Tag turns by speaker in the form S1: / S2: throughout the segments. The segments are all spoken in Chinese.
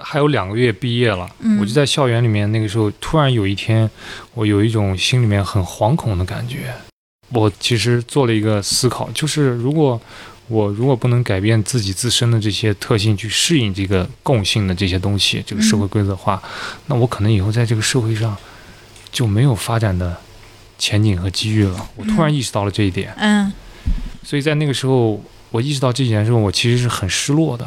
S1: 还有两个月毕业了，
S2: 嗯
S1: 我就在校园里面。那个时候，突然有一天，我有一种心里面很惶恐的感觉。我其实做了一个思考，就是如果我如果不能改变自己自身的这些特性，去适应这个共性的这些东西，这个社会规则化，
S2: 嗯
S1: 那我可能以后在这个社会上就没有发展的前景和机遇了。我突然
S2: 嗯
S1: 意识到了这一点。
S2: 嗯
S1: 所以在那个时候，我意识到这一点的时候，我其实是很失落的。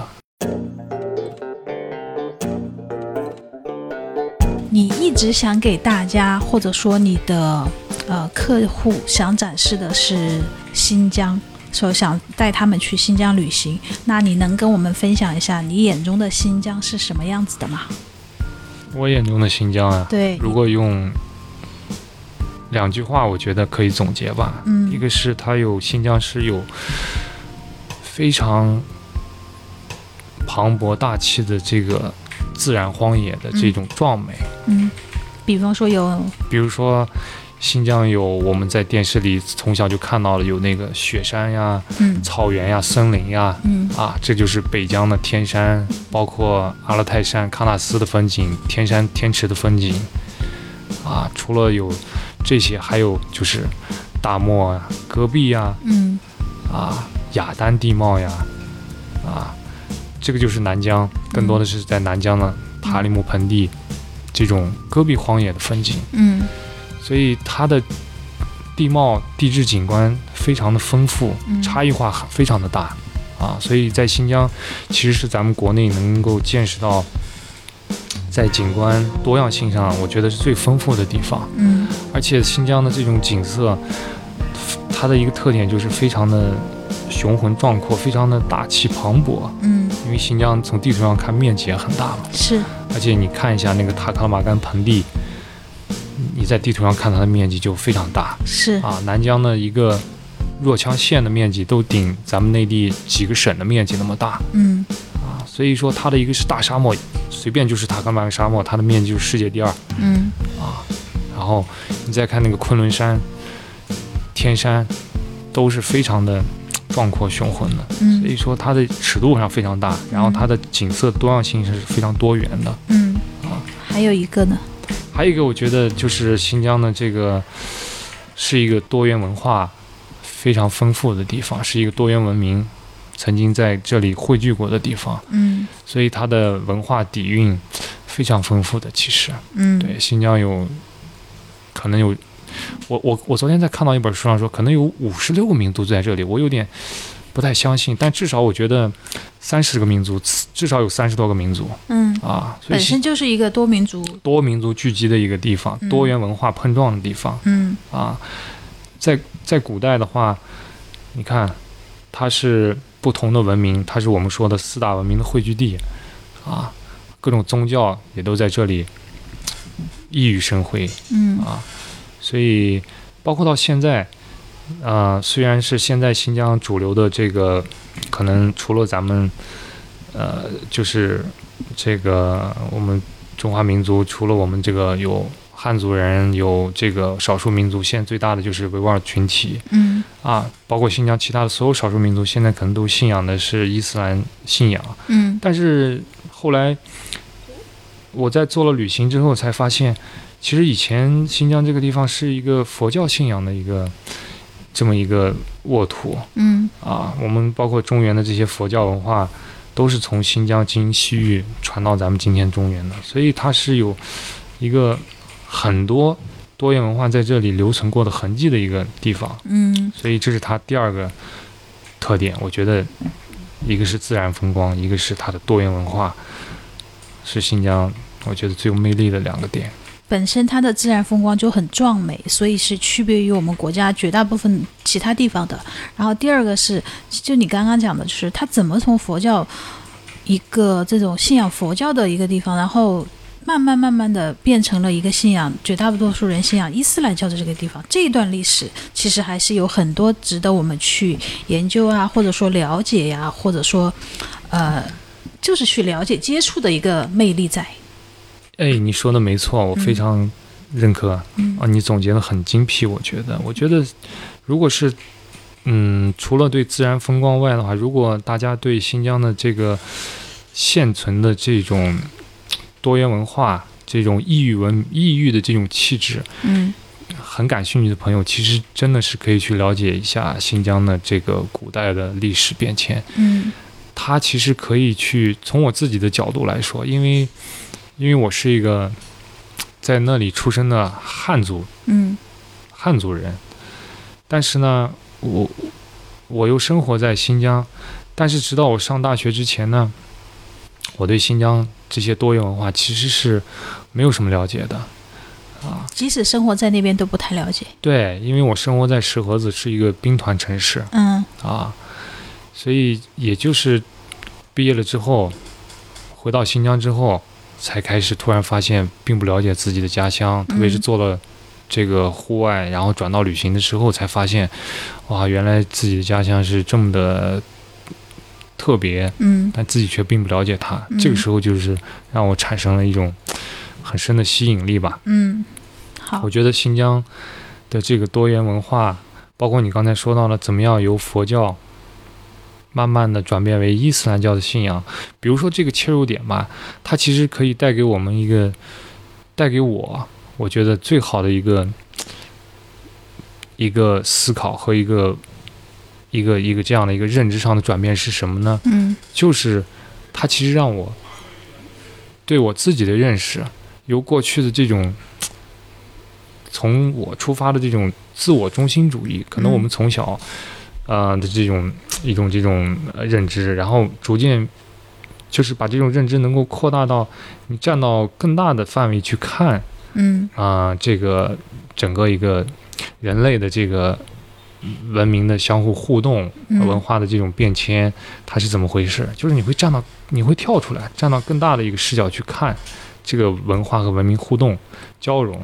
S2: 你一直想给大家，或者说你的呃客户想展示的是新疆，所以想带他们去新疆旅行。那你能跟我们分享一下你眼中的新疆是什么样子的吗？
S1: 我眼中的新疆啊，
S2: 对，
S1: 如果用两句话，我觉得可以总结吧。
S2: 嗯
S1: 一个是它有新疆是有非常磅礴大气的这个自然荒野的这种壮美，
S2: 嗯，比方说有
S1: 比如说。新疆有我们在电视里从小就看到了，有那个雪山呀、
S2: 嗯
S1: 草原呀、森林呀，
S2: 嗯
S1: 啊，这就是北疆的天山，包括阿勒泰山、喀纳斯的风景，天山、天池的风景。啊，除了有这些，还有就是大漠啊、戈壁呀、
S2: 嗯
S1: 啊、雅丹地貌呀，啊，这个就是南疆，更多的是在南疆的塔里木盆地这种戈壁荒野的风景，
S2: 嗯
S1: 所以它的地貌、地质景观非常的丰富。
S2: 嗯，
S1: 差异化很非常的大啊，所以在新疆其实是咱们国内能够见识到在景观多样性上，我觉得是最丰富的地方。
S2: 嗯
S1: 而且新疆的这种景色，它的一个特点就是非常的雄浑壮阔，非常的大气磅礴。
S2: 嗯
S1: 因为新疆从地图上看面积也很大嘛，
S2: 是
S1: 而且你看一下那个塔克拉玛干盆地，你在地图上看它的面积就非常大。
S2: 是
S1: 啊，南疆的一个若羌县的面积都顶咱们内地几个省的面积那么大
S2: 嗯
S1: 啊，所以说它的一个是大沙漠，随便就是塔克拉玛干沙漠，它的面积就是世界第二。
S2: 嗯
S1: 然后你再看那个昆仑山、天山，都是非常的壮阔雄浑的，所以
S2: 嗯
S1: 说它的尺度上非常大，然后它的景色多样性是非常多元的。
S2: 嗯
S1: 啊，
S2: 还有一个呢，
S1: 还有一个，我觉得就是新疆的这个是一个多元文化非常丰富的地方，是一个多元文明曾经在这里汇聚过的地方，
S2: 嗯
S1: 所以它的文化底蕴非常丰富的。其实，
S2: 嗯
S1: 对新疆有可能有，我我我昨天在看到一本书上说，可能有五十六个民族在这里，我有点不太相信，但至少我觉得三十个民族，至少有三十多个民族
S2: 嗯，
S1: 啊，所以
S2: 本
S1: 新
S2: 身就是一个多民族，
S1: 多民族聚集的一个地方，
S2: 嗯
S1: 多元文化碰撞的地方。
S2: 嗯
S1: 啊，在在古代的话，你看，它是不同的文明，它是我们说的四大文明的汇聚地，啊，各种宗教也都在这里一语生辉
S2: 嗯
S1: 啊，所以包括到现在，啊，虽然是现在新疆主流的这个，可能除了咱们，呃，就是这个我们中华民族，除了我们这个有汉族人，有这个少数民族，现在最大的就是维吾尔群体
S2: 嗯
S1: 啊，包括新疆其他的所有少数民族，现在可能都信仰的是伊斯兰信仰。
S2: 嗯
S1: 但是后来我在做了旅行之后，才发现，其实以前新疆这个地方是一个佛教信仰的一个这么一个沃土
S2: 嗯
S1: 啊。我们包括中原的这些佛教文化，都是从新疆经西域传到咱们今天中原的，所以它是有一个很多多元文化在这里留存过的痕迹的一个地方。
S2: 嗯
S1: 所以这是它第二个特点。我觉得，一个是自然风光，一个是它的多元文化，是新疆我觉得最有魅力的两个点。
S2: 本身它的自然风光就很壮美，所以是区别于我们国家绝大部分其他地方的。然后第二个是，就你刚刚讲的，就是它怎么从佛教一个这种信仰佛教的一个地方，然后慢慢慢慢的变成了一个信仰绝大多数人信仰伊斯兰教的这个地方。这一段历史其实还是有很多值得我们去研究啊，或者说了解呀、或者说，呃，就是去了解接触的一个魅力在。
S1: 哎，你说的没错，我非常认可啊！
S2: 嗯
S1: 你总结的很精辟，我觉得，我觉得如果是。嗯，除了对自然风光外的话，如果大家对新疆的这个现存的这种多元文化这种异域文异域的这种气质，
S2: 嗯
S1: 很感兴趣的朋友，其实真的是可以去了解一下新疆的这个古代的历史变迁。
S2: 嗯
S1: 它其实可以去从我自己的角度来说，因为因为我是一个在那里出生的汉族
S2: 嗯
S1: 汉族人，但是呢，我我又生活在新疆，但是直到我上大学之前呢，我对新疆这些多元文化其实是没有什么了解的。
S2: 即使生活在那边都不太了解。
S1: 对，因为我生活在石河子是一个兵团城市
S2: 嗯
S1: 啊，所以也就是毕业了之后，回到新疆之后，才开始突然发现并不了解自己的家乡，特别是
S2: 嗯
S1: 做了这个户外，然后转到旅行的时候，才发现，哇，原来自己的家乡是这么的特别，
S2: 嗯
S1: 但自己却并不了解它。这
S2: 嗯
S1: 个时候就是让我产生了一种很深的吸引力吧。
S2: 嗯，好
S1: 我，觉得新疆的这个多元文化，包括你刚才说到了怎么样由佛教慢慢的转变为伊斯兰教的信仰，比如说这个切入点吧，它其实可以带给我们一个，带给我，我觉得最好的一个一个思考和一个一个一个这样的一个认知上的转变是什么呢？
S2: 嗯
S1: 就是它其实让我对我自己的认识，由过去的这种从我出发的这种自我中心主义，可能
S2: 嗯
S1: 我们从小、呃的这种一种这种呃认知，然后逐渐就是把这种认知能够扩大到你站到更大的范围去看
S2: 嗯
S1: 啊、这个整个一个人类的这个文明的相互互动，
S2: 嗯，
S1: 呃文化的这种变迁，它是怎么回事？就是你会站到，你会跳出来，站到更大的一个视角去看这个文化和文明互动、交融。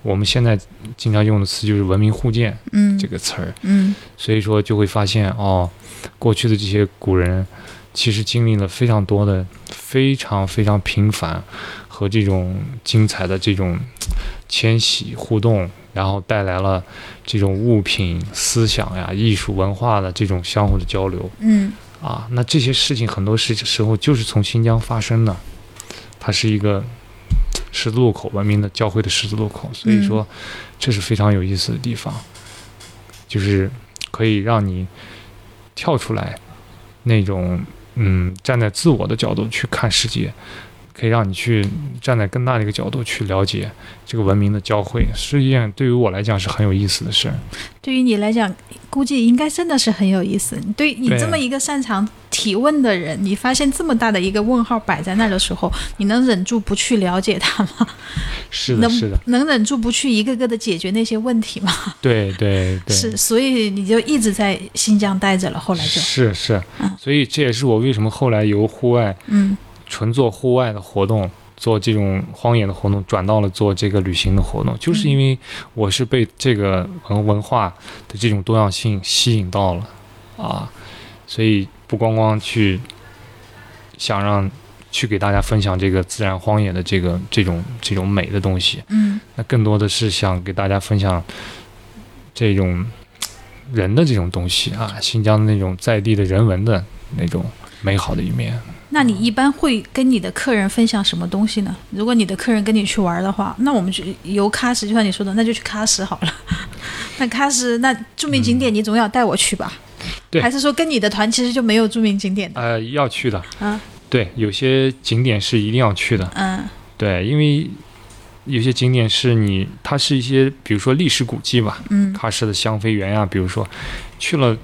S1: 我们现在经常用的词就是“文明互鉴”
S2: 嗯
S1: 这个词儿，
S2: 嗯
S1: 所以说就会发现哦，过去的这些古人其实经历了非常多的、非常非常频繁和这种精彩的这种迁徙互动，然后带来了这种物品、思想呀、艺术文化的这种相互的交流
S2: 嗯
S1: 啊。那这些事情很多时时候就是从新疆发生的，它是一个。十字路口文明的交汇的十字路口，所以说这是非常有意思的地方，就是可以让你跳出来那种嗯站在自我的角度去看世界，可以让你去站在更大的一个角度去了解这个文明的交汇，是一件对于我来讲是很有意思的事儿。
S2: 对于你来讲，估计应该真的是很有意思。你对你
S1: 对
S2: 这么一个擅长提问的人，你发现这么大的一个问号摆在那儿的时候，你能忍住不去了解它吗？
S1: 是的，
S2: 能
S1: 是的，
S2: 能忍住不去一个个的解决那些问题吗？
S1: 对对对，
S2: 是，所以你就一直在新疆待着了。后来就是
S1: 是
S2: 嗯，
S1: 所以这也是我为什么后来由户外
S2: 嗯
S1: 纯做户外的活动，做这种荒野的活动，转到了做这个旅行的活动，就是因为我是被这个文文化的这种多样性吸引到了啊，所以不光光去想让去给大家分享这个自然荒野的这个这种这种美的东西，
S2: 嗯
S1: 那更多的是想给大家分享这种人的这种东西啊，新疆的那种在地的人文的那种美好的一面。
S2: 那你一般会跟你的客人分享什么东西呢？如果你的客人跟你去玩的话，那我们就游喀什，就像你说的，那就去喀什好了。 那喀什那著名景点，你总要带我去吧？
S1: 嗯对
S2: 还是说跟你的团其实就没有著名景点的？
S1: 呃，要去的。
S2: 啊，
S1: 对，有些景点是一定要去的。
S2: 嗯
S1: 对，因为有些景点是你，它是一些比如说历史古迹吧，
S2: 嗯
S1: 喀什的香妃园呀、啊比如说去了，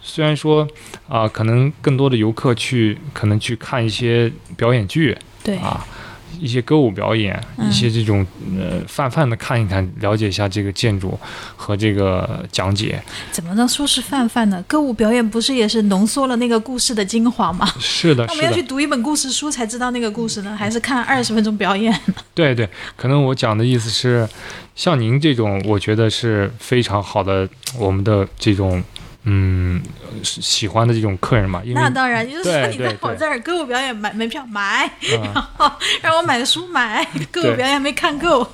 S1: 虽然说啊、可能更多的游客去，可能去看一些表演剧
S2: 对，
S1: 啊。一些歌舞表演，
S2: 嗯
S1: 一些这种呃泛泛的看一看，了解一下这个建筑和这个讲解。
S2: 怎么能说是泛泛呢？歌舞表演不是也是浓缩了那个故事的精华吗？
S1: 啊是的，
S2: 那我
S1: 是
S2: 们要
S1: 的
S2: 去，读一本故事书才知道那个故事呢，还是看二十分钟表演？
S1: 对对，可能我讲的意思是，像您这种，我觉得是非常好的，我们的这种嗯是喜欢的这种客人嘛，因为
S2: 那当然，就是说
S1: 对
S2: 你
S1: 对
S2: 在我
S1: 对
S2: 这儿歌舞表演买门票买，
S1: 啊
S2: 让我买书买，歌舞表演没看够。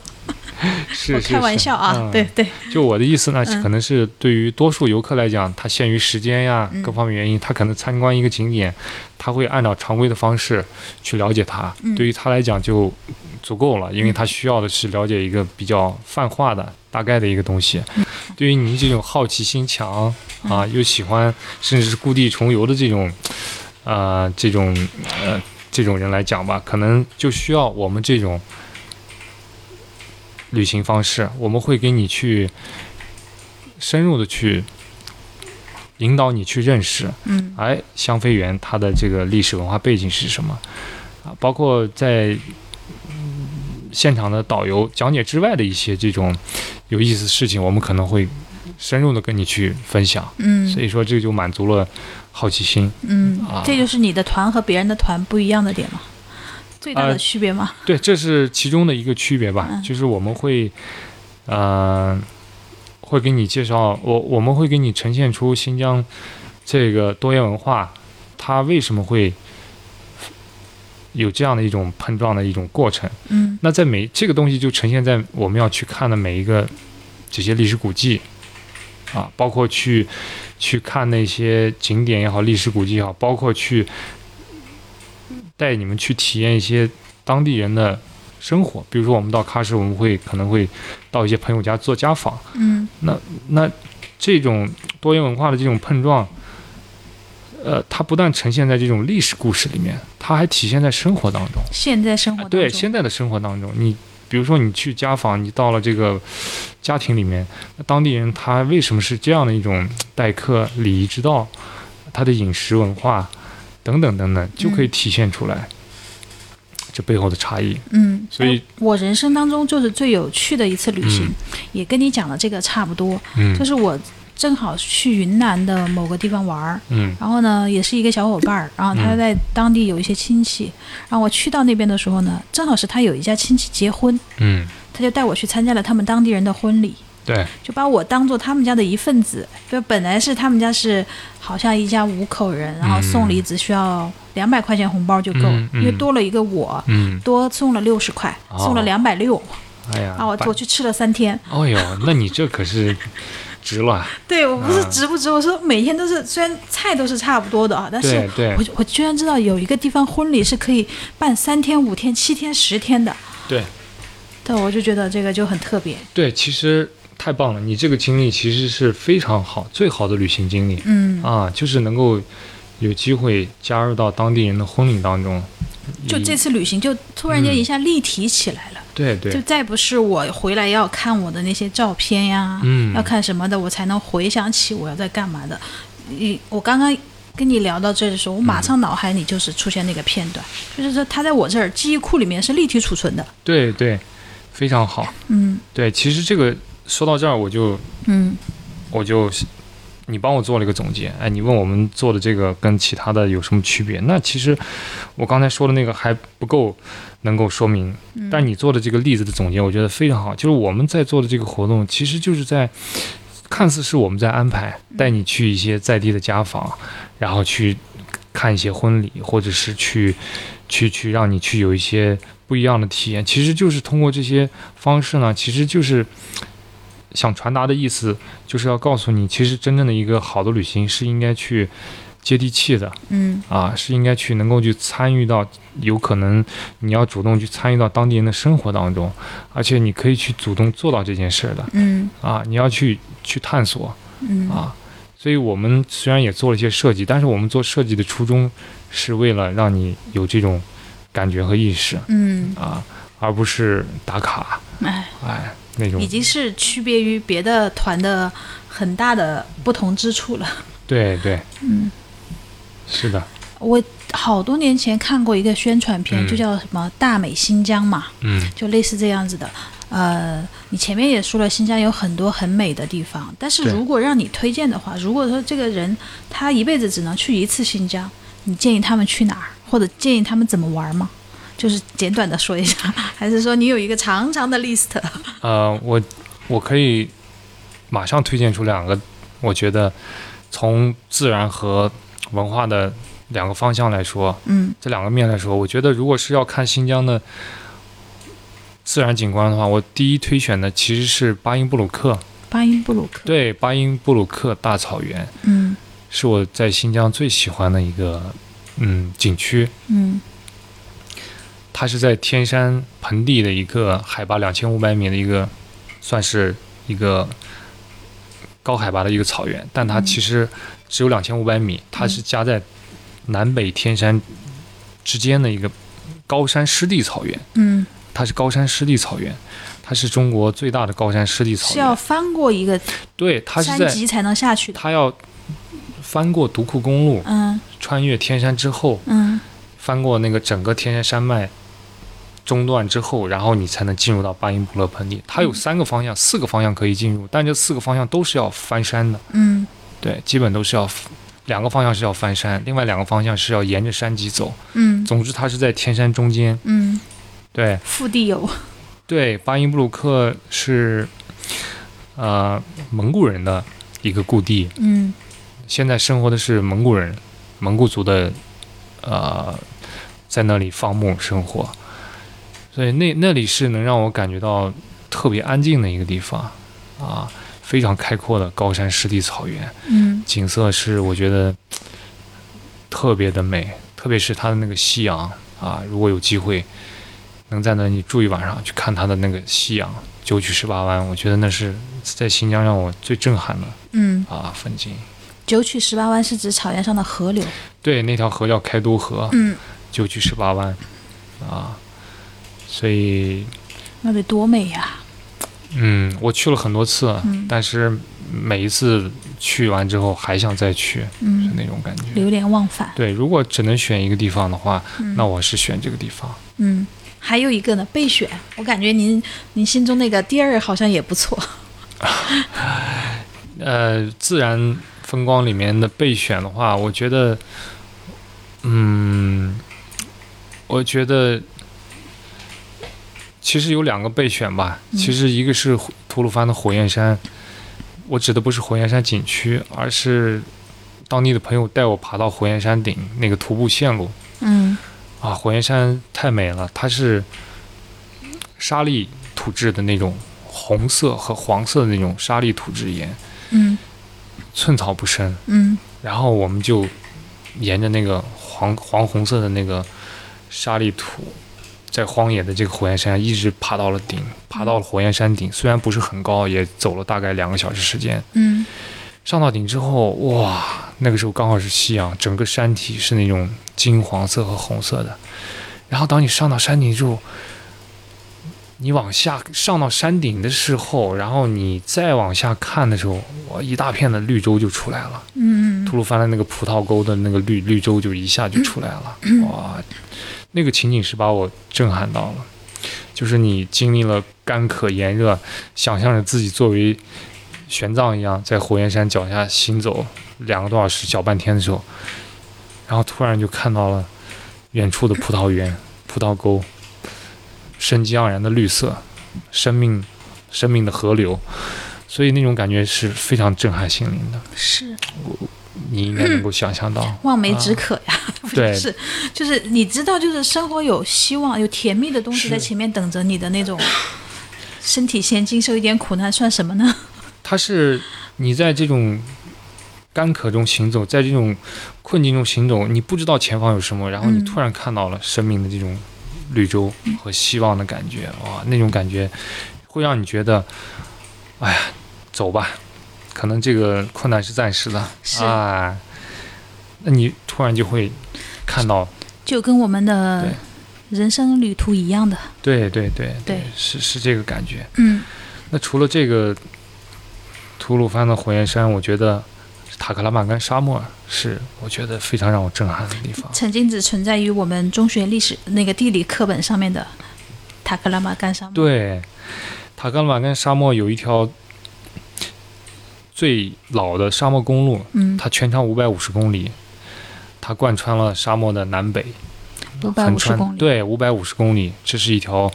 S1: 是
S2: 我
S1: 是
S2: 开玩笑啊，
S1: 嗯
S2: 对对，
S1: 就我的意思呢，
S2: 嗯
S1: 可能是对于多数游客来讲，他限于时间呀、
S2: 嗯
S1: 各方面原因，他可能参观一个景点，他会按照常规的方式去了解它。
S2: 嗯
S1: 对于他来讲就足够了，因为他需要的是了解一个比较泛化的、大概的一个东西。
S2: 嗯
S1: 对于您这种好奇心强啊，又喜欢甚至是故地重游的这种，呃，这种呃这种人来讲吧，可能就需要我们这种旅行方式，我们会给你去深入的去引导你去认识，
S2: 嗯
S1: 哎，香妃园它的这个历史文化背景是什么啊？包括在、嗯现场的导游讲解之外的一些这种有意思的事情，我们可能会深入的跟你去分享。所
S2: 嗯
S1: 以说，这就满足了好奇心。
S2: 嗯
S1: 啊，
S2: 这就是你的团和别人的团不一样的点嘛，最大的
S1: 呃
S2: 区别嘛，
S1: 对，这是其中的一个区别吧，
S2: 嗯
S1: 就是我们会，呃，会给你介绍，我我们会给你呈现出新疆这个多元文化，它为什么会有这样的一种碰撞的一种过程。
S2: 嗯
S1: 那在每这个东西就呈现在我们要去看的每一个这些历史古迹啊，包括去去看那些景点也好，历史古迹也好，包括去带你们去体验一些当地人的生活。比如说，我们到喀什，我们会可能会到一些朋友家做家访，
S2: 嗯
S1: 那这种多元文化的这种碰撞，呃，它不但呈现在这种历史故事里面，它还体现在生活当中。
S2: 现在生活当
S1: 啊对
S2: 中
S1: 现在的生活当中，你比如说你去家访，你到了这个家庭里面，那当地人他为什么是这样的一种待客礼仪之道，他的饮食文化等等等等，就可以体现出来、这背后的差异。
S2: 嗯，
S1: 所以
S2: 哎我人生当中就是最有趣的一次旅行，
S1: 嗯
S2: 也跟你讲的这个差不多，
S1: 嗯
S2: 就是我正好去云南的某个地方玩儿，
S1: 嗯
S2: 然后呢，也是一个小伙伴儿，然后他
S1: 嗯
S2: 在当地有一些亲戚，然后我去到那边的时候呢，正好是他有一家亲戚结婚，
S1: 嗯，
S2: 他就带我去参加了他们当地人的婚礼，
S1: 对，
S2: 就把我当做他们家的一份子。就本来是他们家是好像一家五口人，然后送礼只需要两百块钱红包就够，
S1: 嗯嗯
S2: 因为多了一个我，
S1: 嗯，
S2: 多送了六十块，
S1: 哦
S2: 送了两百六
S1: 哎呀，
S2: 啊！我
S1: 把
S2: 我去吃了三天，
S1: 哎呦，那你这可是值了，
S2: 对我不是
S1: 啊
S2: 值不值，我说每天都是虽然菜都是差不多的啊，但 是
S1: 对对
S2: 我我居然知道有一个地方婚礼是可以办三天、五天、七天、十天的，
S1: 对。
S2: 对，我就觉得这个就很特别，
S1: 对，其实太棒了，你这个经历其实是非常好，最好的旅行经历、
S2: 嗯，
S1: 啊，就是能够有机会加入到当地人的婚礼当中。
S2: 就
S1: 以
S2: 这次旅行就突然间
S1: 嗯
S2: 一下立体起来了，
S1: 对
S2: 就
S1: 对，
S2: 再不是我回来要看我的那些照片呀，
S1: 嗯
S2: 要看什么的，我才能回想起我要在干嘛的。你我刚刚跟你聊到这的时候，我马上脑海里就是出现那个片段，就是说它在我这儿记忆库里面是立体储存的，
S1: 对对，非常好。
S2: 嗯
S1: 对，其实这个说到这儿，我就
S2: 嗯
S1: 我就你帮我做了一个总结，哎，你问我们做的这个跟其他的有什么区别？那其实我刚才说的那个还不够能够说明，但你做的这个例子的总结，我觉得非常好。就是我们在做的这个活动，其实就是在看似是我们在安排，带你去一些在地的家访，然后去看一些婚礼，或者是去去去让你去有一些不一样的体验。其实就是通过这些方式呢，其实就是想传达的意思，就是要告诉你，其实真正的一个好的旅行是应该去接地气的
S2: 嗯
S1: 啊，是应该去能够去参与到，有可能你要主动去参与到当地人的生活当中，而且你可以去主动做到这件事儿的
S2: 嗯
S1: 啊，你要去去探索
S2: 嗯
S1: 啊。所以我们虽然也做了一些设计，但是我们做设计的初衷是为了让你有这种感觉和意识
S2: 嗯，
S1: 啊，而不是打卡，
S2: 哎，
S1: 哎，那种
S2: 已经是区别于别的团的很大的不同之处了。
S1: 对对，
S2: 嗯，
S1: 是的，
S2: 我好多年前看过一个宣传片，
S1: 嗯
S2: 就叫什么“大美新疆”嘛，
S1: 嗯。
S2: 就类似这样子的。呃，你前面也说了，新疆有很多很美的地方，但是
S1: 对
S2: 如果让你推荐的话，如果说这个人他一辈子只能去一次新疆，你建议他们去哪儿，或者建议他们怎么玩吗？就是简短的说一下， 还是说你有一个长长的 list？
S1: 呃，我我可以马上推荐出两个，我觉得从自然和文化的两个方向来说，
S2: 嗯
S1: 这两个面来说，我觉得如果是要看新疆的自然景观的话，我第一推选的其实是巴音布鲁克。
S2: 巴音布鲁克，
S1: 对，巴音布鲁克大草原
S2: 嗯
S1: 是我在新疆最喜欢的一个嗯景区。
S2: 嗯
S1: 它是在天山盆地的一个海拔两千五百米的一个，算是一个高海拔的一个草原，但它
S2: 嗯
S1: 其实只有两千五百米，它是夹在南北天山之间的一个高山湿地草原，
S2: 嗯，
S1: 它是高山湿地草原，它是中国最大的高山湿地草
S2: 是要
S1: 原，
S2: 翻过一个
S1: 对，它是
S2: 山
S1: 在
S2: 脊才能下去的。
S1: 它要翻过独库公路，
S2: 嗯
S1: 穿越天山之后，
S2: 嗯
S1: 翻过那个整个天山山脉中段之后，然后你才能进入到巴音布勒盆地。它有
S2: 嗯
S1: 三个方向、四个方向可以进入，但这四个方向都是要翻山的。
S2: 嗯
S1: 对，基本都是要 f- 两个方向是要翻山，另外两个方向是要沿着山脊走。
S2: 嗯
S1: 总之，它是在天山中间。
S2: 嗯，
S1: 对
S2: 腹地有，
S1: 对，巴音布鲁克是呃蒙古人的一个故地，
S2: 嗯
S1: 现在生活的是蒙古人，蒙古族的，呃，在那里放牧生活，所以那那里是能让我感觉到特别安静的一个地方啊，非常开阔的高山湿地草原，
S2: 嗯
S1: 景色是我觉得特别的美，特别是它的那个夕阳啊，如果有机会能在那里住一晚上，去看它的那个夕阳，九曲十八弯，我觉得那是在新疆让我最震撼的
S2: 嗯，
S1: 啊风景。
S2: 九曲十八弯是指草原上的河流。
S1: 对，那条河叫开都河，
S2: 嗯，
S1: 九曲十八弯，啊，所以，
S2: 那得多美呀、
S1: 嗯，我去了很多次，
S2: 嗯
S1: 但是每一次去完之后还想再去，是
S2: 嗯，
S1: 那种感觉。
S2: 流连忘返。
S1: 对，如果只能选一个地方的话，
S2: 嗯
S1: 那我是选这个地方。
S2: 嗯，还有一个呢，备选。我感觉您您心中那个第二好像也不错。
S1: 呃，自然风光里面的备选的话，我觉得，嗯，我觉得其实有两个备选吧。
S2: 嗯
S1: 其实一个是火吐鲁番的火焰山，我指的不是火焰山景区，而是当地的朋友带我爬到火焰山顶那个徒步线路
S2: 嗯
S1: 啊，火焰山太美了，它是沙砾土质的那种红色和黄色的那种沙砾土质岩。
S2: 嗯
S1: 寸草不生。
S2: 嗯
S1: 然后我们就沿着那个黄黄红色的那个沙砾土，在荒野的这个火焰山一直爬到了顶，爬到了火焰山顶。虽然不是很高，也走了大概两个小时时间。
S2: 嗯
S1: 上到顶之后，哇，那个时候刚好是夕阳，整个山体是那种金黄色和红色的。然后当你上到山顶之后，你往下上到山顶的时候，然后你再往下看的时候，哇，一大片的绿洲就出来了。
S2: 嗯
S1: 吐鲁番的那个葡萄沟的那个绿绿洲就一下就出来了，哇，那个情景是把我震撼到了。就是你经历了干渴炎热，想象着自己作为玄奘一样在火焰山脚下行走两个多小时、小半天的时候，然后突然就看到了远处的葡萄园、葡萄沟，生机盎然的绿色，生命、生命的河流，所以那种感觉是非常震撼心灵的。
S2: 是
S1: 你应该能够想象到。
S2: 望梅止渴 呀，
S1: 对
S2: 是就是你知道，就是生活有希望，有甜蜜的东西
S1: 是
S2: 在前面等着你的那种。身体先经受一点苦难算什么呢？
S1: 它是你在这种干渴中行走，在这种困境中行走，你不知道前方有什么，然后你
S2: 嗯
S1: 突然看到了生命的这种绿洲和希望的感觉，哇，那种感觉会让你觉得，哎呀，走吧，可能这个困难是暂时的
S2: 是
S1: 啊，那你突然就会看到，
S2: 就跟我们的人生旅途一样的。
S1: 对对对
S2: 对
S1: 是是这个感觉。
S2: 嗯
S1: 那除了这个吐鲁番的火焰山，我觉得塔克拉玛干沙漠是我觉得非常让我震撼的地方。
S2: 曾经只存在于我们中学历史那个地理课本上面的塔克拉玛干沙漠。
S1: 对，塔克拉玛干沙漠有一条最老的沙漠公路，
S2: 嗯，
S1: 它全长五百五十公里，它贯穿了沙漠的南北，
S2: 五百
S1: 横
S2: 五十
S1: 穿
S2: 公里。
S1: 对五百五十公里，这是一条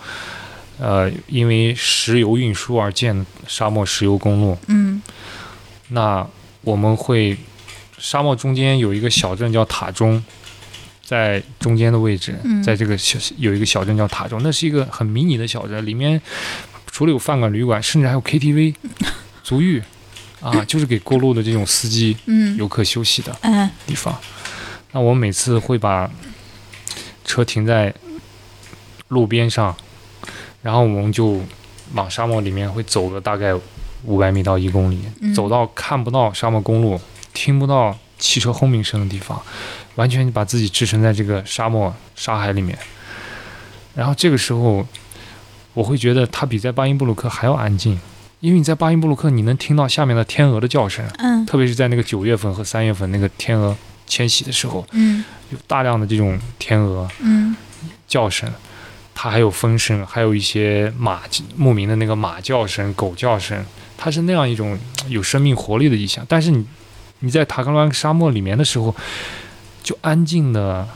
S1: 呃因为石油运输而建的沙漠石油公路。
S2: 嗯
S1: 那我们会沙漠中间有一个小镇叫塔中，在中间的位置，
S2: 嗯
S1: 在这个小有一个小镇叫塔州，那是一个很迷你的小镇，里面除了有饭馆、旅馆，甚至还有 KTV、足浴啊，就是给过路的这种司机
S2: 嗯
S1: 游客休息的
S2: 嗯
S1: 地方。那我每次会把车停在路边上，然后我们就往沙漠里面会走个大概五百米到一公里，
S2: 嗯
S1: 走到看不到沙漠公路、听不到汽车轰鸣声的地方，完全把自己置身在这个沙漠沙海里面。然后这个时候，我会觉得它比在巴音布鲁克还要安静，因为你在巴音布鲁克你能听到下面的天鹅的叫声，
S2: 嗯
S1: 特别是在那个九月份和三月份那个天鹅迁徙的时候，
S2: 嗯
S1: 有大量的这种天鹅
S2: 嗯
S1: 叫声，它还有风声，还有一些马牧民的那个马叫声、狗叫声，它是那样一种呃有生命活力的意象。但是你你在塔克拉玛干沙漠里面的时候，就安静的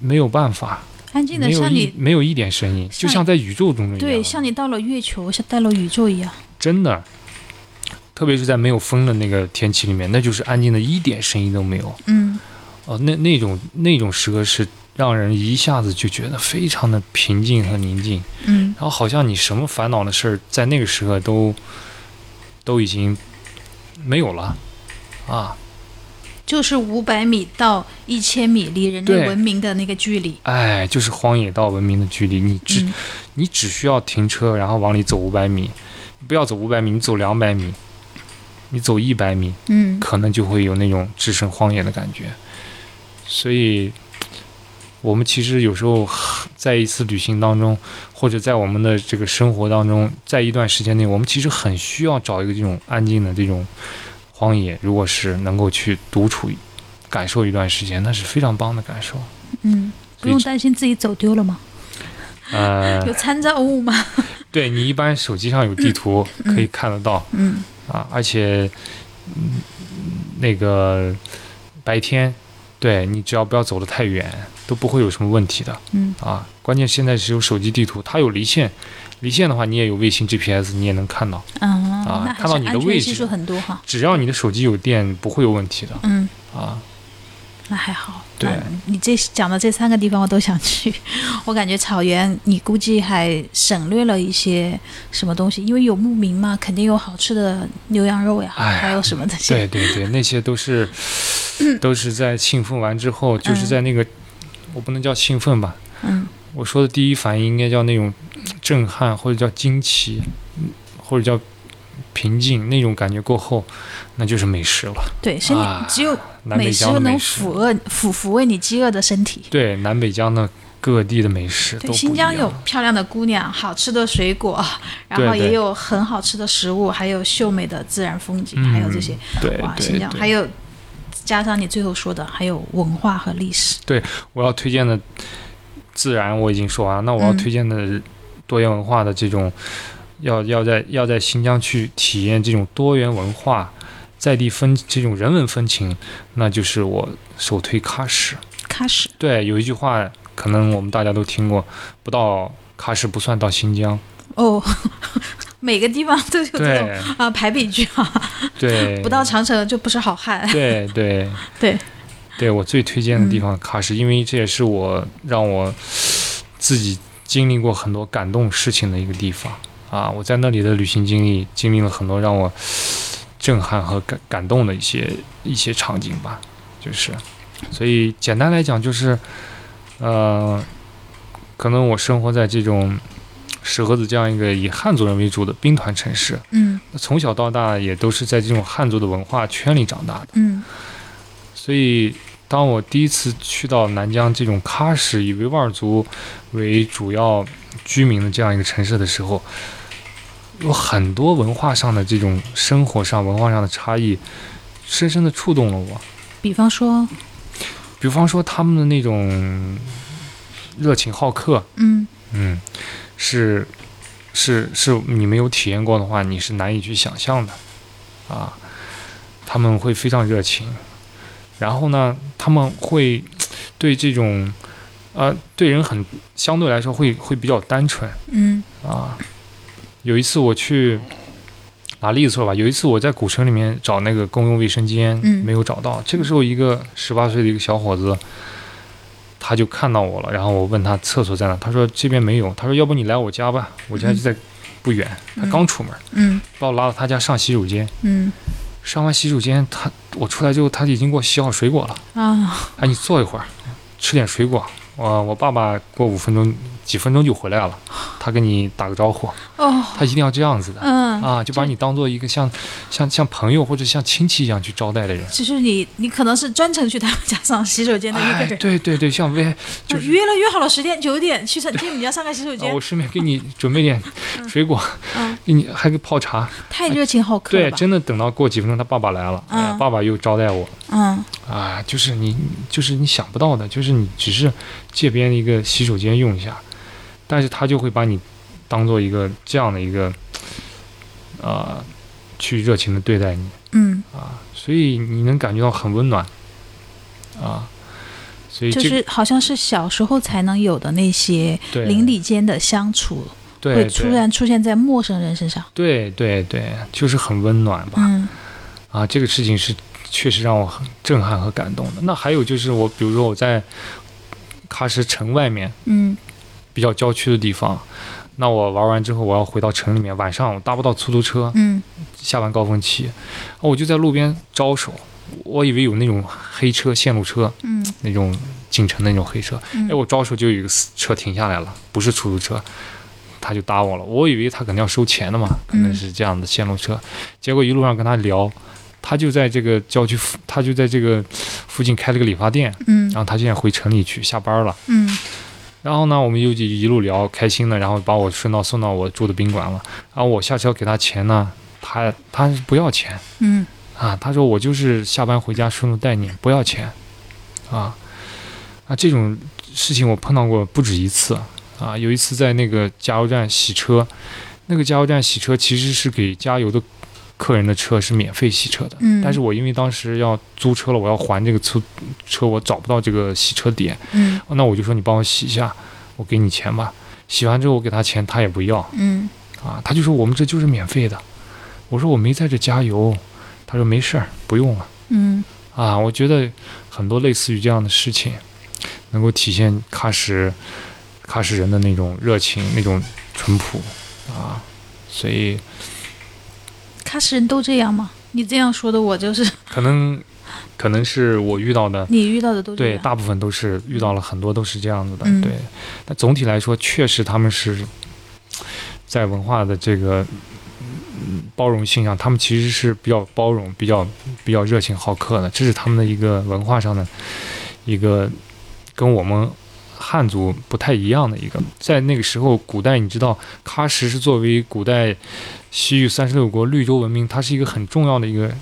S1: 没有办法，
S2: 安静的
S1: 没有
S2: 像
S1: 一
S2: 你
S1: 没有一点声音，就像在宇宙中一样。
S2: 对，像你到了月球，像到了宇宙一样。
S1: 真的，特别是在没有风的那个天气里面，那就是安静的一点声音都没有。
S2: 嗯
S1: 哦，那那种那种时刻是让人一下子就觉得非常的平静和宁静，
S2: 嗯
S1: 然后好像你什么烦恼的事儿在那个时刻都都已经没有了啊！
S2: 就是五百米到一千米离人类
S1: 对
S2: 文明的那个距离。
S1: 哎，就是荒野到文明的距离，你只、
S2: 嗯
S1: 你只需要停车，然后往里走五百米，不要走五百米，你走两百米，你走一百米，
S2: 嗯
S1: 可能就会有那种置身荒野的感觉。所以，我们其实有时候在一次旅行当中，或者在我们的这个生活当中，在一段时间内，我们其实很需要找一个这种安静的这种荒野，如果是能够去独处。感受一段时间，那是非常棒的感受。
S2: 嗯，不用担心自己走丢了吗？
S1: 呃
S2: 有，参照物吗？
S1: 对你一般手机上有地图，可以看得到。
S2: 嗯
S1: 啊，而且，嗯，那个白天，对你只要不要走得太远，都不会有什么问题的
S2: 嗯
S1: 啊。关键现在是有手机地图，它有离线，离线的话你也有卫星 GPS，你也能看到。
S2: 啊
S1: 啊，
S2: 那还
S1: 看到你
S2: 是
S1: 的
S2: 安全
S1: 位
S2: 系
S1: 置
S2: 数很多哈。
S1: 只要你的手机有电，不会有问题的
S2: 嗯，
S1: 啊。
S2: 那还好。
S1: 对
S2: 那你这讲的这三个地方我都想去， 我感觉草原你估计还省略了一些什么东西，因为有牧民嘛，肯定有好吃的牛羊肉呀，
S1: 哎呀
S2: 还有什么这些。
S1: 对对对，那些都是都是在兴奋完之后，就是
S2: 嗯
S1: 在那个，我不能叫兴奋吧，
S2: 嗯
S1: 我说的第一反应应该叫那种震撼，或者叫惊奇，嗯或者叫平静那种感觉过后，那就是美食了。
S2: 对，身体、
S1: 啊
S2: 只有
S1: 南北
S2: 食
S1: 疆的
S2: 能
S1: 美
S2: 抚
S1: 食，
S2: 饿抚抚慰你饥饿的身体。
S1: 对南北疆的各地的美食都
S2: 对，
S1: 不
S2: 新
S1: 一
S2: 疆
S1: 样
S2: 有漂亮的姑娘、好吃的水果，然后
S1: 对对
S2: 也有很好吃的食物，还有秀美的自然风景，还有这些。
S1: 嗯对
S2: 哇，新
S1: 对
S2: 疆还
S1: 对，
S2: 有加上你最后说的，还有文化和历史。
S1: 我要推荐的自然我已经说完了，那我要
S2: 嗯
S1: 推荐的多元文化的这种，要要在要在新疆去体验这种多元文化。在地风这种人文风情，那就是我首推喀什。
S2: 喀什，
S1: 对，有一句话可能我们大家都听过，不到喀什不算到新疆。
S2: 哦， 每个地方都 有这种
S1: 对
S2: 啊排比句啊，
S1: 对，
S2: 不到长城就不是好 汉。
S1: 对对
S2: 对
S1: 对，我最推荐的地方喀什，因为这也是我让我自己经历过很多感动事情的一个地方啊。我在那里的旅行经历，经历了很多让我震撼和感感动的一些一些场景吧，就是，所以简单来讲就是，呃，可能我生活在这种石河子这样一个以汉族人为主的兵团城市，
S2: 嗯
S1: 从小到大也都是在这种汉族的文化圈里长大的。
S2: 嗯
S1: 所以，当我第一次去到南疆这种喀什以维吾尔族为主要居民的这样一个城市的时候，有很多文化上的这种生活上、文化上的差异，深深的触动了我。
S2: 比方说，
S1: 比方说，他们的那种热情好客，
S2: 嗯
S1: 嗯，是是是你没有体验过的话，你是难以去想象的啊。他们会非常热情，然后呢，他们会对这种呃对人很相对来说会会比较单纯
S2: 嗯
S1: 啊。有一次我去拿例子说吧，有一次我在古城里面找那个公用卫生间，
S2: 嗯
S1: 没有找到。这个时候，一个十八岁的一个小伙子，他就看到我了，然后我问他厕所在哪，他说这边没有，他说要不你来我家吧，我家就在不远。他刚出门，
S2: 嗯
S1: 把我拉到他家上洗手间，
S2: 嗯
S1: 上完洗手间，他我出来之后，他已经给我洗好水果了。
S2: 啊，
S1: 哎，你坐一会儿，吃点水果。我我爸爸过五分钟、几分钟就回来了，他跟你打个招呼，
S2: 哦，
S1: 他一定要这样子的。
S2: 嗯
S1: 啊，就把
S2: 这
S1: 你当做一个像像像朋友或者像亲戚一样去招待的人。
S2: 就是你，你可能是专程去他们家上洗手间的一个
S1: 哎，
S2: 人，
S1: 对对对，像 V，就
S2: 啊
S1: 是、
S2: 约了约好了十点九点去上去你家上个洗手
S1: 啊、
S2: 间
S1: 我，顺便给你准备点水果，
S2: 嗯，
S1: 给你还给泡茶。
S2: 太热情好客
S1: 对，
S2: 了吧？
S1: 真的等到过几分钟，他爸爸来了，哎呀
S2: 嗯
S1: 爸爸又招待我
S2: 嗯
S1: 啊，就是你就是你想不到的，就是你只是借别人一个洗手间用一下，但是他就会把你当做一个这样的一个啊、呃去热情的对待你。
S2: 嗯，
S1: 啊，所以你能感觉到很温暖啊，所以
S2: 就
S1: 这个
S2: 是好像是小时候才能有的那些
S1: 对
S2: 邻里间的相处，
S1: 对
S2: 会
S1: 对
S2: 突然出现在陌生人身上。
S1: 对对对，就是很温暖吧、
S2: 嗯
S1: 啊，这个事情是确实让我很震撼和感动的。那还有就是我，比如说我在喀什城外面
S2: 嗯
S1: 比较郊区的地方。那我玩完之后，我要回到城里面。晚上我搭不到出租车，
S2: 嗯
S1: 下班高峰期，啊我就在路边招手。我以为有那种黑车、线路车，
S2: 嗯
S1: 那种进城的那种黑车，
S2: 嗯，
S1: 哎，我招手就有一个私车停下来了，不是出租车，他就搭我了。我以为他肯定要收钱的嘛，可能
S2: 嗯
S1: 是这样的线路车。结果一路上跟他聊，他就在这个郊区附，他就在这个附近开了个理发店，
S2: 嗯
S1: 然后他现在回城里去下班了。
S2: 嗯
S1: 然后呢，我们又就一路聊开心的，然后把我顺道送到我住的宾馆了。然后我下车给他钱呢，他他不要钱
S2: 嗯
S1: 啊，他说我就是下班回家顺路带你，不要钱啊啊这种事情我碰到过不止一次啊。有一次在那个加油站洗车，那个加油站洗车其实是给加油的客人的车是免费洗车的，
S2: 嗯
S1: 但是我因为当时要租车了，我要还这个租车，我找不到这个洗车点，哦
S2: 嗯
S1: 那我就说你帮我洗一下，我给你钱吧。洗完之后我给他钱，他也不要
S2: 嗯
S1: 啊，他就说我们这就是免费的。我说我没在这加油，他说没事儿，不用了。
S2: 嗯
S1: 啊，我觉得很多类似于这样的事情，能够体现喀什喀什人的那种热情、那种淳朴啊，所以
S2: 喀什人都这样吗？你这样说的，我就是，
S1: 可能可能是我遇到的
S2: 你遇到的都这
S1: 对，
S2: 样。
S1: 大部分都是遇到了很多都是这样子的，
S2: 嗯
S1: 对。但总体来说，确实他们是在文化的这个。嗯包容性上，他们其实是比较包容、比较比较热情好客的，这是他们的一个文化上的一个跟我们汉族不太一样的一个。在那个时候，古代你知道，喀什是作为古代西域三十六国绿洲文明，它是一个很重要的一个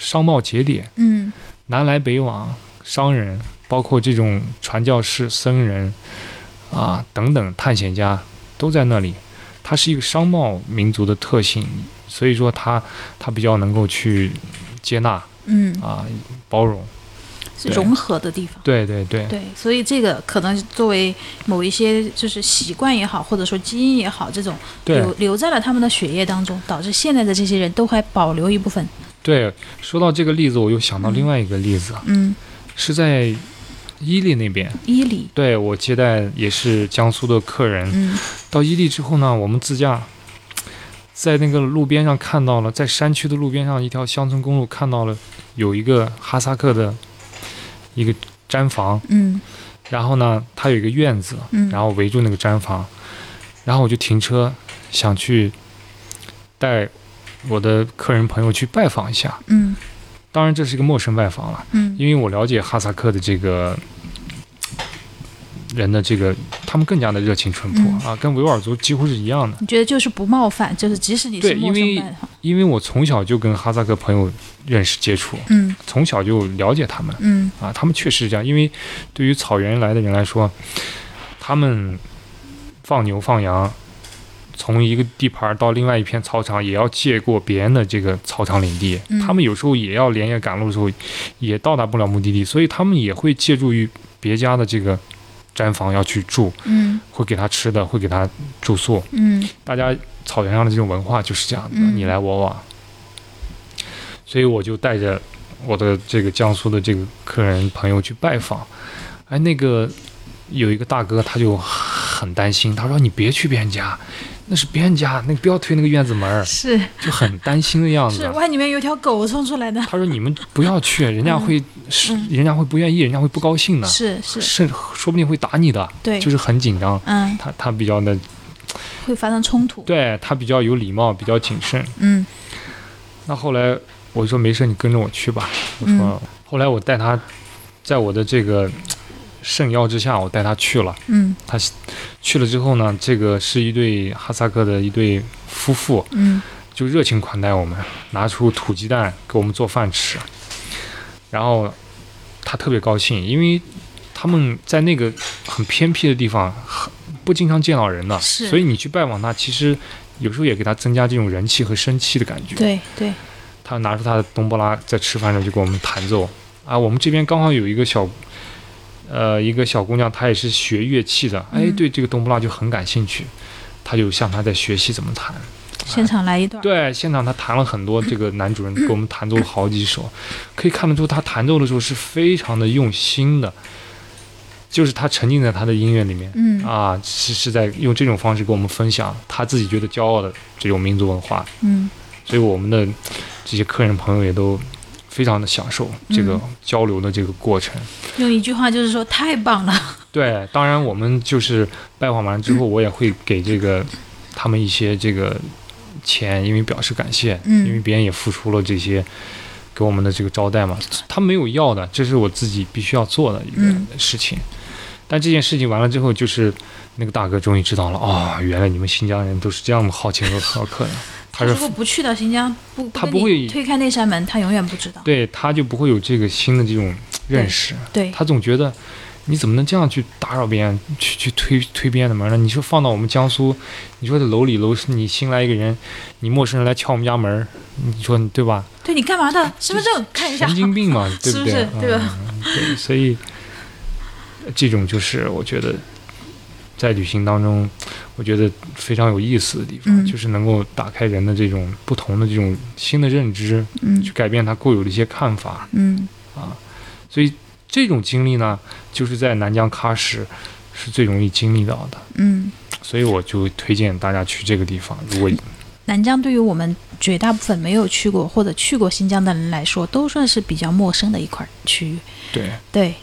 S1: 商贸节点。
S2: 嗯
S1: 南来北往，商人，包括这种传教士、僧人啊等等探险家都在那里。它是一个商贸民族的特性，所以说它它比较能够去接纳
S2: 嗯，
S1: 啊包容。
S2: 是
S1: 对
S2: 融合的地方。
S1: 对对对
S2: 对，所以这个可能作为某一些就是习惯也好，或者说基因也好，这种
S1: 对
S2: 留留在了他们的血液当中，导致现在的这些人都还保留一部分。
S1: 对，说到这个例子，我又想到另外一个例子，
S2: 嗯，
S1: 是在伊犁那边。
S2: 伊犁，
S1: 对我接待也是江苏的客人，
S2: 嗯
S1: 到伊犁之后呢，我们自驾在那个路边上看到了，在山区的路边上一条乡村公路看到了有一个哈萨克的一个毡房，
S2: 嗯
S1: 然后呢，它有一个院子，
S2: 嗯，
S1: 然后围住那个毡房，然后我就停车想去带我的客人朋友去拜访一下，
S2: 嗯
S1: 当然这是一个陌生拜访了，
S2: 嗯
S1: 因为我了解哈萨克的这个。人的这个，他们更加的热情淳朴、
S2: 嗯
S1: 啊，跟维吾尔族几乎是一样的。
S2: 你觉得就是不冒犯，就是即使你是
S1: 对
S2: 陌
S1: 因
S2: 生
S1: 为
S2: 拜访，
S1: 因为我从小就跟哈萨克朋友认识接触，
S2: 嗯
S1: 从小就了解他们
S2: 嗯
S1: 啊，他们确实是这样。因为对于草原来的人来说，他们放牛放羊，从一个地盘到另外一片草场，也要借过别人的这个草场领地。
S2: 嗯
S1: 他们有时候也要连夜赶路的时候，也到达不了目的地，所以他们也会借助于别家的这个毡房要去住，
S2: 嗯
S1: 会给他吃的，会给他住宿。
S2: 嗯
S1: 大家草原上的这种文化就是这样的，
S2: 嗯
S1: 你来我往。所以我就带着我的这个江苏的这个客人朋友去拜访，哎，那个有一个大哥他就很担心，他说你别去别人家，那是别人家，那个不要推那个院子门儿，
S2: 是
S1: 就很担心的样子
S2: 是，。外里面有条狗冲出来的，
S1: 他说你们不要去，人家会是、
S2: 嗯
S1: 人家会不愿意，人家会不高兴的，
S2: 是是，
S1: 甚说不定会打你的，
S2: 对，
S1: 就是很紧张。
S2: 嗯，
S1: 他他比较的，
S2: 会发生冲突，
S1: 对他比较有礼貌，比较谨慎。
S2: 嗯
S1: 那后来我说没事，你跟着我去吧。我说、
S2: 嗯
S1: 后来我带他，在我的这个盛邀之下，我带他去了。
S2: 嗯
S1: 他去了之后呢，这个是一对哈萨克的一对夫妇，
S2: 嗯
S1: 就热情款待我们，拿出土鸡蛋给我们做饭吃。然后他特别高兴，因为他们在那个很偏僻的地方，很不经常见到人的，
S2: 是
S1: 啊所以你去拜访他，其实有时候也给他增加这种人气和生气的感觉。
S2: 对
S1: 啊
S2: 对，
S1: 他拿出他的东布拉，在吃饭的时候就给我们弹奏啊。我们这边刚好有一个小，呃，一个小姑娘，她也是学乐器的，哎，
S2: 嗯
S1: 对这个东布拉就很感兴趣，她就向她在学习怎么弹。
S2: 现场来一段，
S1: 对，现场她弹了很多，这个男主人给我们弹奏了好几首，可以看得出她弹奏的时候是非常的用心的，就是她沉浸在她的音乐里面。
S2: 嗯
S1: 啊，是是在用这种方式跟我们分享她自己觉得骄傲的这种民族文化，
S2: 嗯
S1: 所以我们的这些客人朋友也都非常的享受
S2: 嗯
S1: 这个交流的这个过程。
S2: 用一句话就是说太棒了，
S1: 对，当然我们就是拜访完之
S2: 嗯
S1: 后，我也会给这个他们一些这个钱，因为表示感谢，
S2: 嗯
S1: 因为别人也付出了这些给我们的这个招待嘛，他没有要的，这是我自己必须要做的一
S2: 嗯
S1: 个事情。但这件事情完了之后，就是那个大哥终于知道了，哦，原来你们新疆人都是这样好情和好客的。他是
S2: 如果不去到新疆，不
S1: 他
S2: 跟
S1: 不会
S2: 你推开那扇门，他永远不知道，
S1: 对他就不会有这个新的这种认识，
S2: 对
S1: 他总觉得你怎么能这样去打扰别人，去去推推别人的门呢？你说放到我们江苏，你说这楼里楼市，你新来一个人，你陌生人来敲我们家门儿，你说你对吧？
S2: 对你干嘛的？身份证看一下
S1: 神，经病嘛，对
S2: 是不
S1: 对？
S2: 是对吧
S1: 嗯对所以呃这种就是我觉得在旅行当中，我觉得非常有意思的地方，
S2: 嗯
S1: 就是能够打开人的这种不同的这种新的认知，
S2: 嗯
S1: 去改变他固有的一些看法。
S2: 嗯
S1: 所以这种经历呢，就是在南疆喀什是最容易经历到的。
S2: 嗯。
S1: 所以我就推荐大家去这个地方。如果
S2: 南疆对于我们绝大部分没有去过或者去过新疆的人来说，都算是比较陌生的一块区域。
S1: 对，
S2: 对，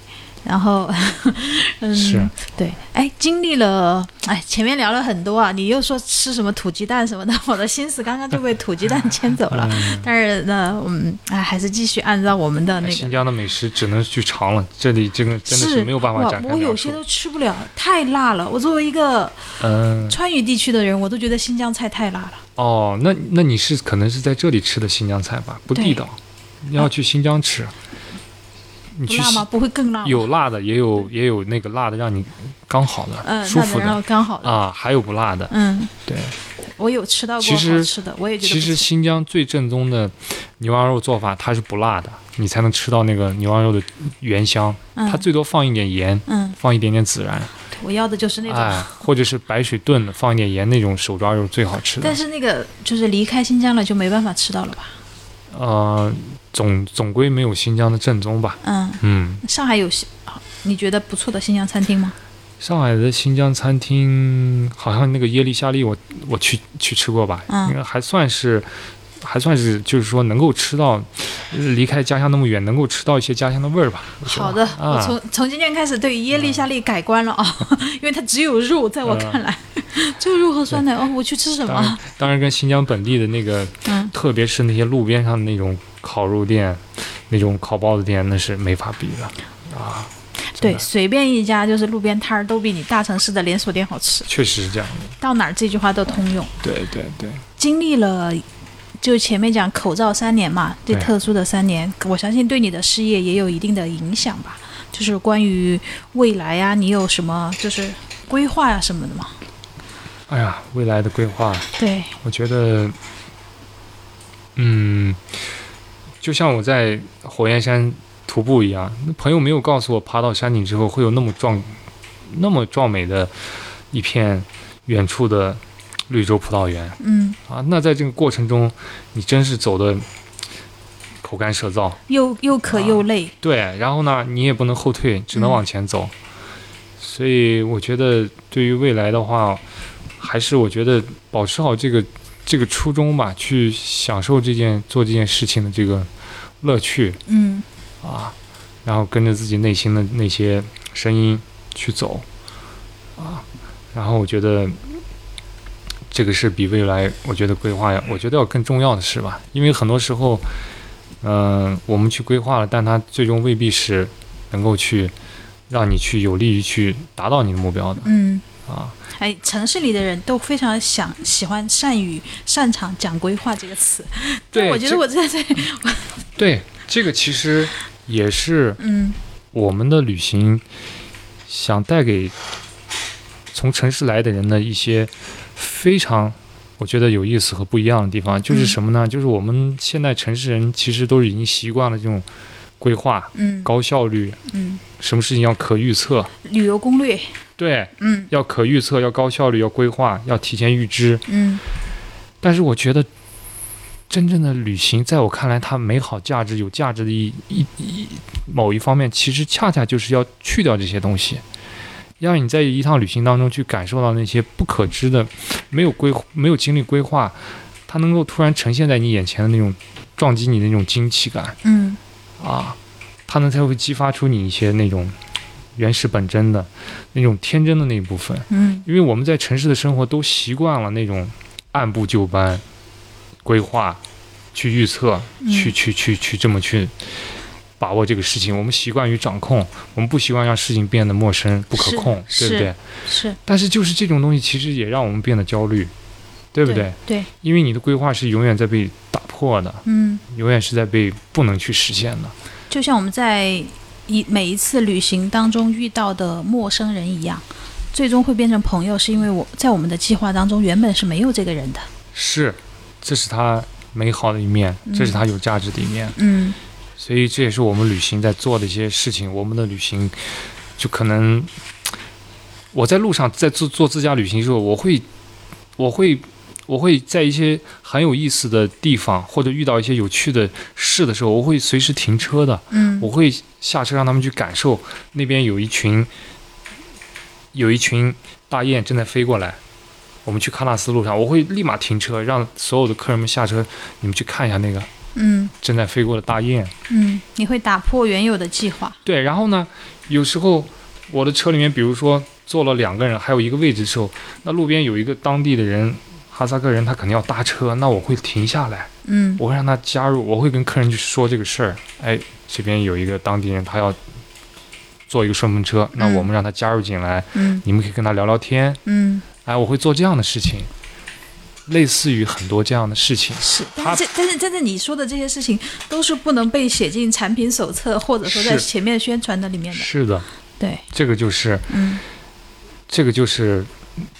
S2: 然后， 嗯，
S1: 是
S2: 对，哎，经历了，哎，前面聊了很多啊，你又说吃什么土鸡蛋什么的，我的心思刚刚就被土鸡蛋牵走 了。
S1: 嗯，
S2: 但是呢，我们哎，还是继续按照我们的那
S1: 新
S2: 个。
S1: 疆的美食只能去尝了，这里这个真的是没有办法
S2: 哇
S1: 展，开
S2: 我有
S1: 描
S2: 些都
S1: 述。
S2: 吃不了，太辣了。我作为一个
S1: 嗯，
S2: 川渝地区的人，我都觉得新疆菜太辣了。
S1: 哦，那那你是可能是在这里吃的新疆菜吧？不地
S2: 对
S1: 道，你要去新疆吃。你
S2: 不
S1: 去
S2: 辣
S1: 西
S2: 吗？不会更辣吗？
S1: 有辣的，也有也有那个辣的让你刚好的、
S2: 嗯，
S1: 舒
S2: 那
S1: 服
S2: 能让
S1: 的
S2: 我刚好的。
S1: 啊，还有不辣的。
S2: 嗯，
S1: 对，
S2: 我有吃到过
S1: 其实
S2: 好吃的，我也觉得
S1: 其
S2: 不
S1: 实
S2: 错
S1: 新疆最正宗的牛羊肉做法，它是不辣的，你才能吃到那个牛羊肉的原香。
S2: 嗯
S1: 它最多放一点盐，
S2: 嗯，
S1: 放一点点孜然，
S2: 我要的就是那种
S1: 哎，或者是白水炖的，放一点盐那种手抓肉最好吃的
S2: 但。是那个就是离开新疆了就没办法吃到了吧？
S1: 呃，总总归没有新疆的正宗吧。
S2: 嗯，
S1: 嗯，
S2: 上海有新，啊你觉得不错的新疆餐厅吗？
S1: 上海的新疆餐厅好像那个耶利夏利我，我去去吃过吧，
S2: 嗯
S1: 应该还算是。还算是，就是说能够吃到，呃离开家乡那么远，能够吃到一些家乡的味儿吧。我觉得
S2: 好的，
S1: 啊、
S2: 我从从今天开始对于耶利夏利改观了啊、 因为它只有肉，在我
S1: 嗯
S2: 看来、只有肉和酸奶哦。我去吃什
S1: 当然
S2: 么？，
S1: 当然跟新疆本地的那个，
S2: 嗯
S1: 特别是那些路边上的那种烤肉店、那种烤包子店，那是没法比的啊。真
S2: 对，
S1: 的，
S2: 随便一家就是路边摊儿都比你大城市的连锁店好吃，
S1: 确实是这样的。
S2: 到哪儿这句话都通用。
S1: 对对对，
S2: 经历了。就前面讲口罩三年嘛，这
S1: 对
S2: 特殊的三年，我相信对你的事业也有一定的影响吧。就是关于未来啊，你有什么就是规划啊什么的吗？
S1: 哎呀，未来的规划，
S2: 对，
S1: 我觉得，嗯，就像我在火焰山徒步一样，那朋友没有告诉我，爬到山顶之后会有那么壮那么壮美的一片远处的绿洲葡萄园
S2: 嗯，
S1: 啊，那在这个过程中，你真是走的口干舌燥，
S2: 又又渴
S1: 啊
S2: 又累，
S1: 对，然后呢，你也不能后退，只能
S2: 嗯
S1: 往前走。所以我觉得，对于未来的话，还是我觉得保持好这个这个初衷吧，去享受这件做这件事情的这个乐趣
S2: 嗯
S1: 啊，然后跟着自己内心的那些声音去走啊，然后我觉得。这个是比未来，我觉得规划要，我觉得要更重要的是吧？因为很多时候，嗯、我们去规划了，但它最终未必是能够去让你去有利于去达到你的目标的
S2: 嗯。
S1: 啊。
S2: 哎，城市里的人都非常想喜欢善于擅长讲规划这个词，
S1: 对，
S2: 我觉
S1: 这
S2: 得我在这，
S1: 对这个其实也是
S2: 嗯
S1: 我们的旅行想带给从城市来的人的一些非常。我觉得有意思和不一样的地方就是什么呢？就是我们现在城市人其实都已经习惯了这种规划、
S2: 嗯
S1: 高效率，
S2: 嗯，
S1: 什么事情要可预测，
S2: 旅游攻略，
S1: 对，
S2: 嗯
S1: 要可预测，要高效率，要规划，要提前预知。
S2: 嗯
S1: 但是我觉得，真正的旅行，在我看来，它美好价值、有价值的一一一某一方面，其实恰恰就是要去掉这些东西，让你在一趟旅行当中去感受到那些不可知的、没有规、没有经历规划，它能够突然呈现在你眼前的那种撞击你的那种惊奇感
S2: 嗯
S1: 啊，它呢才会激发出你一些那种原始本真的、那种天真的那一部分。
S2: 嗯
S1: 因为我们在城市的生活都习惯了那种按部就班规划、去预测、
S2: 嗯
S1: 去去去去这么去把握这个事情。我们习惯于掌控，我们不习惯让事情变得陌生、不可
S2: 是
S1: 控，对不
S2: 是
S1: 对？
S2: 是
S1: 但是就是这种东西，其实也让我们变得焦虑，对不对？
S2: 对，
S1: 因为你的规划是永远在被打破的，
S2: 嗯，
S1: 永远是在被不能去实现的。
S2: 就像我们在一每一次旅行当中遇到的陌生人一样，最终会变成朋友，是因为我在我们的计划当中原本是没有这个人的，
S1: 是，这是它美好的一面，这是它有价值的一面。
S2: 嗯
S1: 所以这也是我们旅行在做的一些事情。我们的旅行就可能，我在路上在做做自驾旅行的时候，我会，我会，我会在一些很有意思的地方，或者遇到一些有趣的事的时候，我会随时停车的，
S2: 嗯
S1: 我会下车让他们去感受那边有一群，有一群大雁正在飞过来。我们去喀纳斯路上，我会立马停车，让所有的客人们下车，你们去看一下那个
S2: 嗯
S1: 正在飞过的大雁。
S2: 嗯，你会打破原有的计划，
S1: 对，然后呢，有时候我的车里面，比如说坐了两个人，还有一个位置的时候，那路边有一个当地的人，哈萨克人，他肯定要搭车，那我会停下来，
S2: 嗯
S1: 我会让他加入，我会跟客人去说这个事儿。哎，这边有一个当地人，他要坐一个顺风车，那
S2: 嗯
S1: 我们让他加入进来，
S2: 嗯
S1: 你们可以跟他聊聊天。
S2: 嗯
S1: 哎，我会做这样的事情，类似于很多这样的事情。
S2: 是，
S1: 他
S2: 但是这但是但是你说的这些事情都是不能被写进产品手册或者说在
S1: 是
S2: 前面宣传的里面的，
S1: 是的，
S2: 对，
S1: 这个就是
S2: 嗯
S1: 这个就是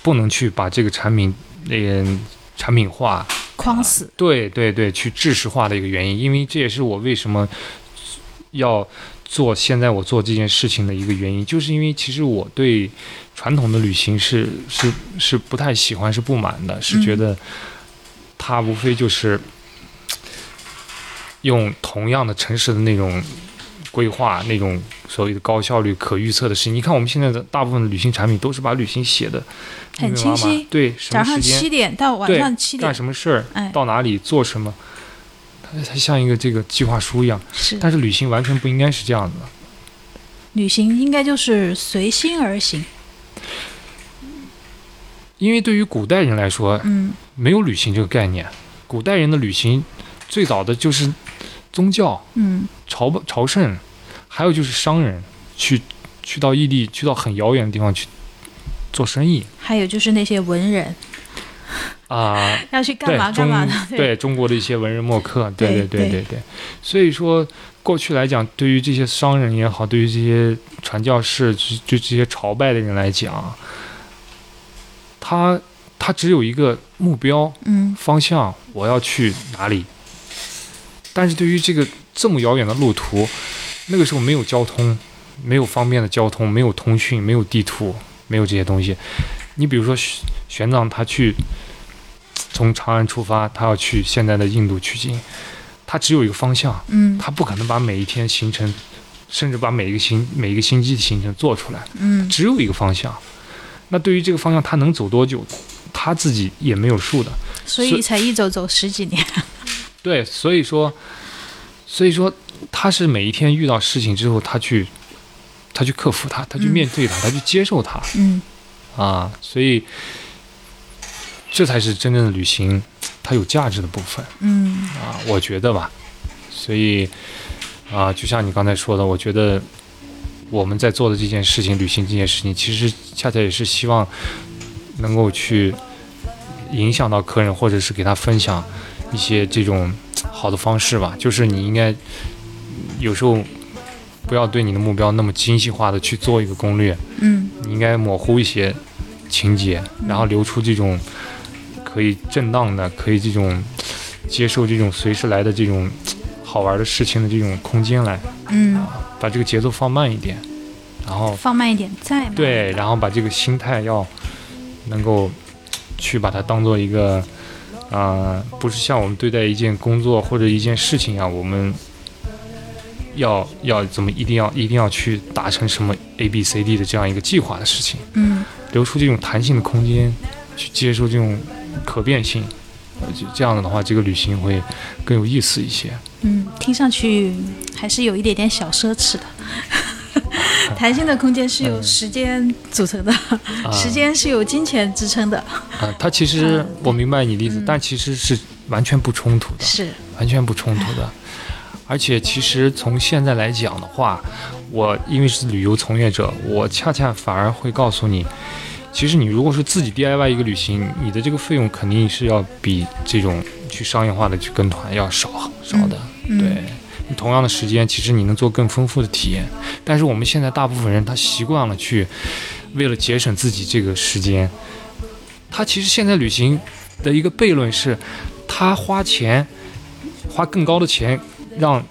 S1: 不能去把这个产品，嗯、产品化，
S2: 框死，
S1: 对对对，去制式化的一个原因，因为这也是我为什么要做现在我做这件事情的一个原因，就是因为其实我对传统的旅行是是是不太喜欢，是不满的，是
S2: 嗯
S1: 觉得它无非就是用同样的城市的那种。规划那种所谓的高效率、可预测的事情，你看我们现在的大部分的旅行产品都是把旅行写的
S2: 很清晰
S1: 对，什
S2: 早
S1: 么时
S2: 上
S1: 间
S2: 七点到晚
S1: 对
S2: 上七
S1: 干
S2: 点，
S1: 什么事儿，
S2: 哎，
S1: 到哪里做什么，它它像一个这个计划书一样。
S2: 是
S1: 但是旅行完全不应该是这样的，
S2: 旅行应该就是随心而行，
S1: 因为对于古代人来说，
S2: 嗯
S1: 没有旅行这个概念。古代人的旅行，最早的就是宗教、
S2: 嗯
S1: 朝拜朝圣，还有就是商人去去到异地，去到很遥远的地方去做生意
S2: 还有就是那些文人
S1: 啊。
S2: 要去干
S1: 对
S2: 嘛
S1: 中
S2: 干嘛的，
S1: 对中国的一些文人墨客，对
S2: 对
S1: 对
S2: 对
S1: 对对。所以说，过去来讲，对于这些商人也好，对于这些传教士，就就这些朝拜的人来讲，他他只有一个目标
S2: 嗯
S1: 方向，我要去哪里。但是对于这个这么遥远的路途，那个时候没有交通，没有方便的交通，没有通讯，没有地图，没有这些东西。你比如说玄玄奘他去从长安出发，他要去现在的印度取经，他只有一个方向，
S2: 嗯
S1: 他不可能把每一天行程，甚至把每一个星每一个星期的行程做出来，
S2: 嗯
S1: 只有一个方向。那对于这个方向，他能走多久，他自己也没有数的。
S2: 所以才一走走十几年。
S1: 对，所以说，所以说他是每一天遇到事情之后，他去，他去克服它，他去
S2: 嗯
S1: 面对它，他去接受它
S2: 嗯
S1: 啊，所以这才是真正的旅行，它有价值的部分
S2: 嗯
S1: 啊，我觉得吧。所以啊，就像你刚才说的，我觉得我们在做的这件事情，旅行这件事情，其实恰恰也是希望能够去影响到客人，或者是给他分享一些这种好的方式吧。就是你应该有时候不要对你的目标那么精细化的去做一个攻略，
S2: 嗯
S1: 你应该模糊一些情节，然后留出这种可以震荡的、可以这种接受这种随时来的这种好玩的事情的这种空间来，
S2: 嗯，
S1: 把这个节奏放慢一点，然后
S2: 放慢一点，再慢一
S1: 对，
S2: 点
S1: 然后把这个心态要能够去把它当做一个，啊，不是像我们对待一件工作或者一件事情啊，我们要要怎么一定要一定要去达成什么 A B C D 的这样一个计划的事情，
S2: 嗯
S1: 留出这种弹性的空间，去接受这种可变性，呃，就这样的话，这个旅行会更有意思一些。
S2: 嗯，听上去还是有一点点小奢侈的。 弹性的空间是由时间组成的，
S1: 啊
S2: 时间是由金钱支撑的，
S1: 啊，它其实
S2: 嗯
S1: 我明白你的意思
S2: 嗯，
S1: 但其实是完全不冲突的。
S2: 是，
S1: 完全不冲突的。而且其实从现在来讲的话，我因为是旅游从业者，我恰恰反而会告诉你，其实你如果是自己 DIY 一个旅行，你的这个费用肯定是要比这种去商业化的去跟团要少少的。
S2: 嗯，
S1: 对，你同样的时间，其实你能做更丰富的体验。但是我们现在大部分人他习惯了去，为了节省自己这个时间，他其实现在旅行的一个悖论是，他花钱，花更高的钱让。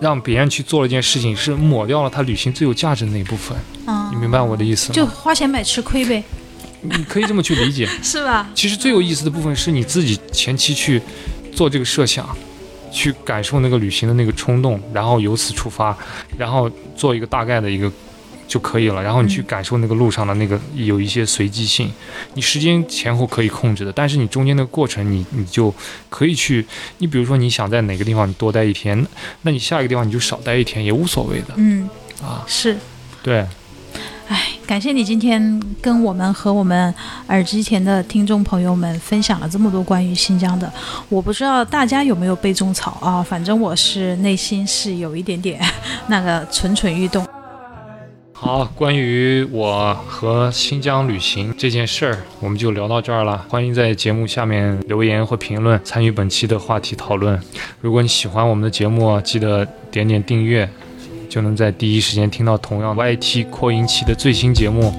S1: 让别人去做了一件事情，是抹掉了他旅行最有价值的那一部分。
S2: 嗯，
S1: 你明白我的意思
S2: 就
S1: 吗？
S2: 花钱买吃亏呗，
S1: 你可以这么去理解。
S2: 是吧？
S1: 其实最有意思的部分是你自己前期去做这个设想，去感受那个旅行的那个冲动，然后由此出发，然后做一个大概的一个就可以了。然后你去
S2: 嗯
S1: 感受那个路上的那个有一些随机性，你时间前后可以控制的，但是你中间的过程你你就可以去，你比如说你想在哪个地方你多待一天，那你下一个地方你就少待一天也无所谓的
S2: 嗯，
S1: 啊。
S2: 是。
S1: 对，
S2: 哎，感谢你今天跟我们和我们耳机前的听众朋友们分享了这么多关于新疆的。我不知道大家有没有被种草啊，反正我是内心是有一点 点那个蠢蠢欲动。
S1: 好，关于我和新疆旅行这件事儿，我们就聊到这儿了。欢迎在节目下面留言或评论，参与本期的话题讨论。如果你喜欢我们的节目，记得点点订阅，就能在第一时间听到同样 YT 扩音器的最新节目。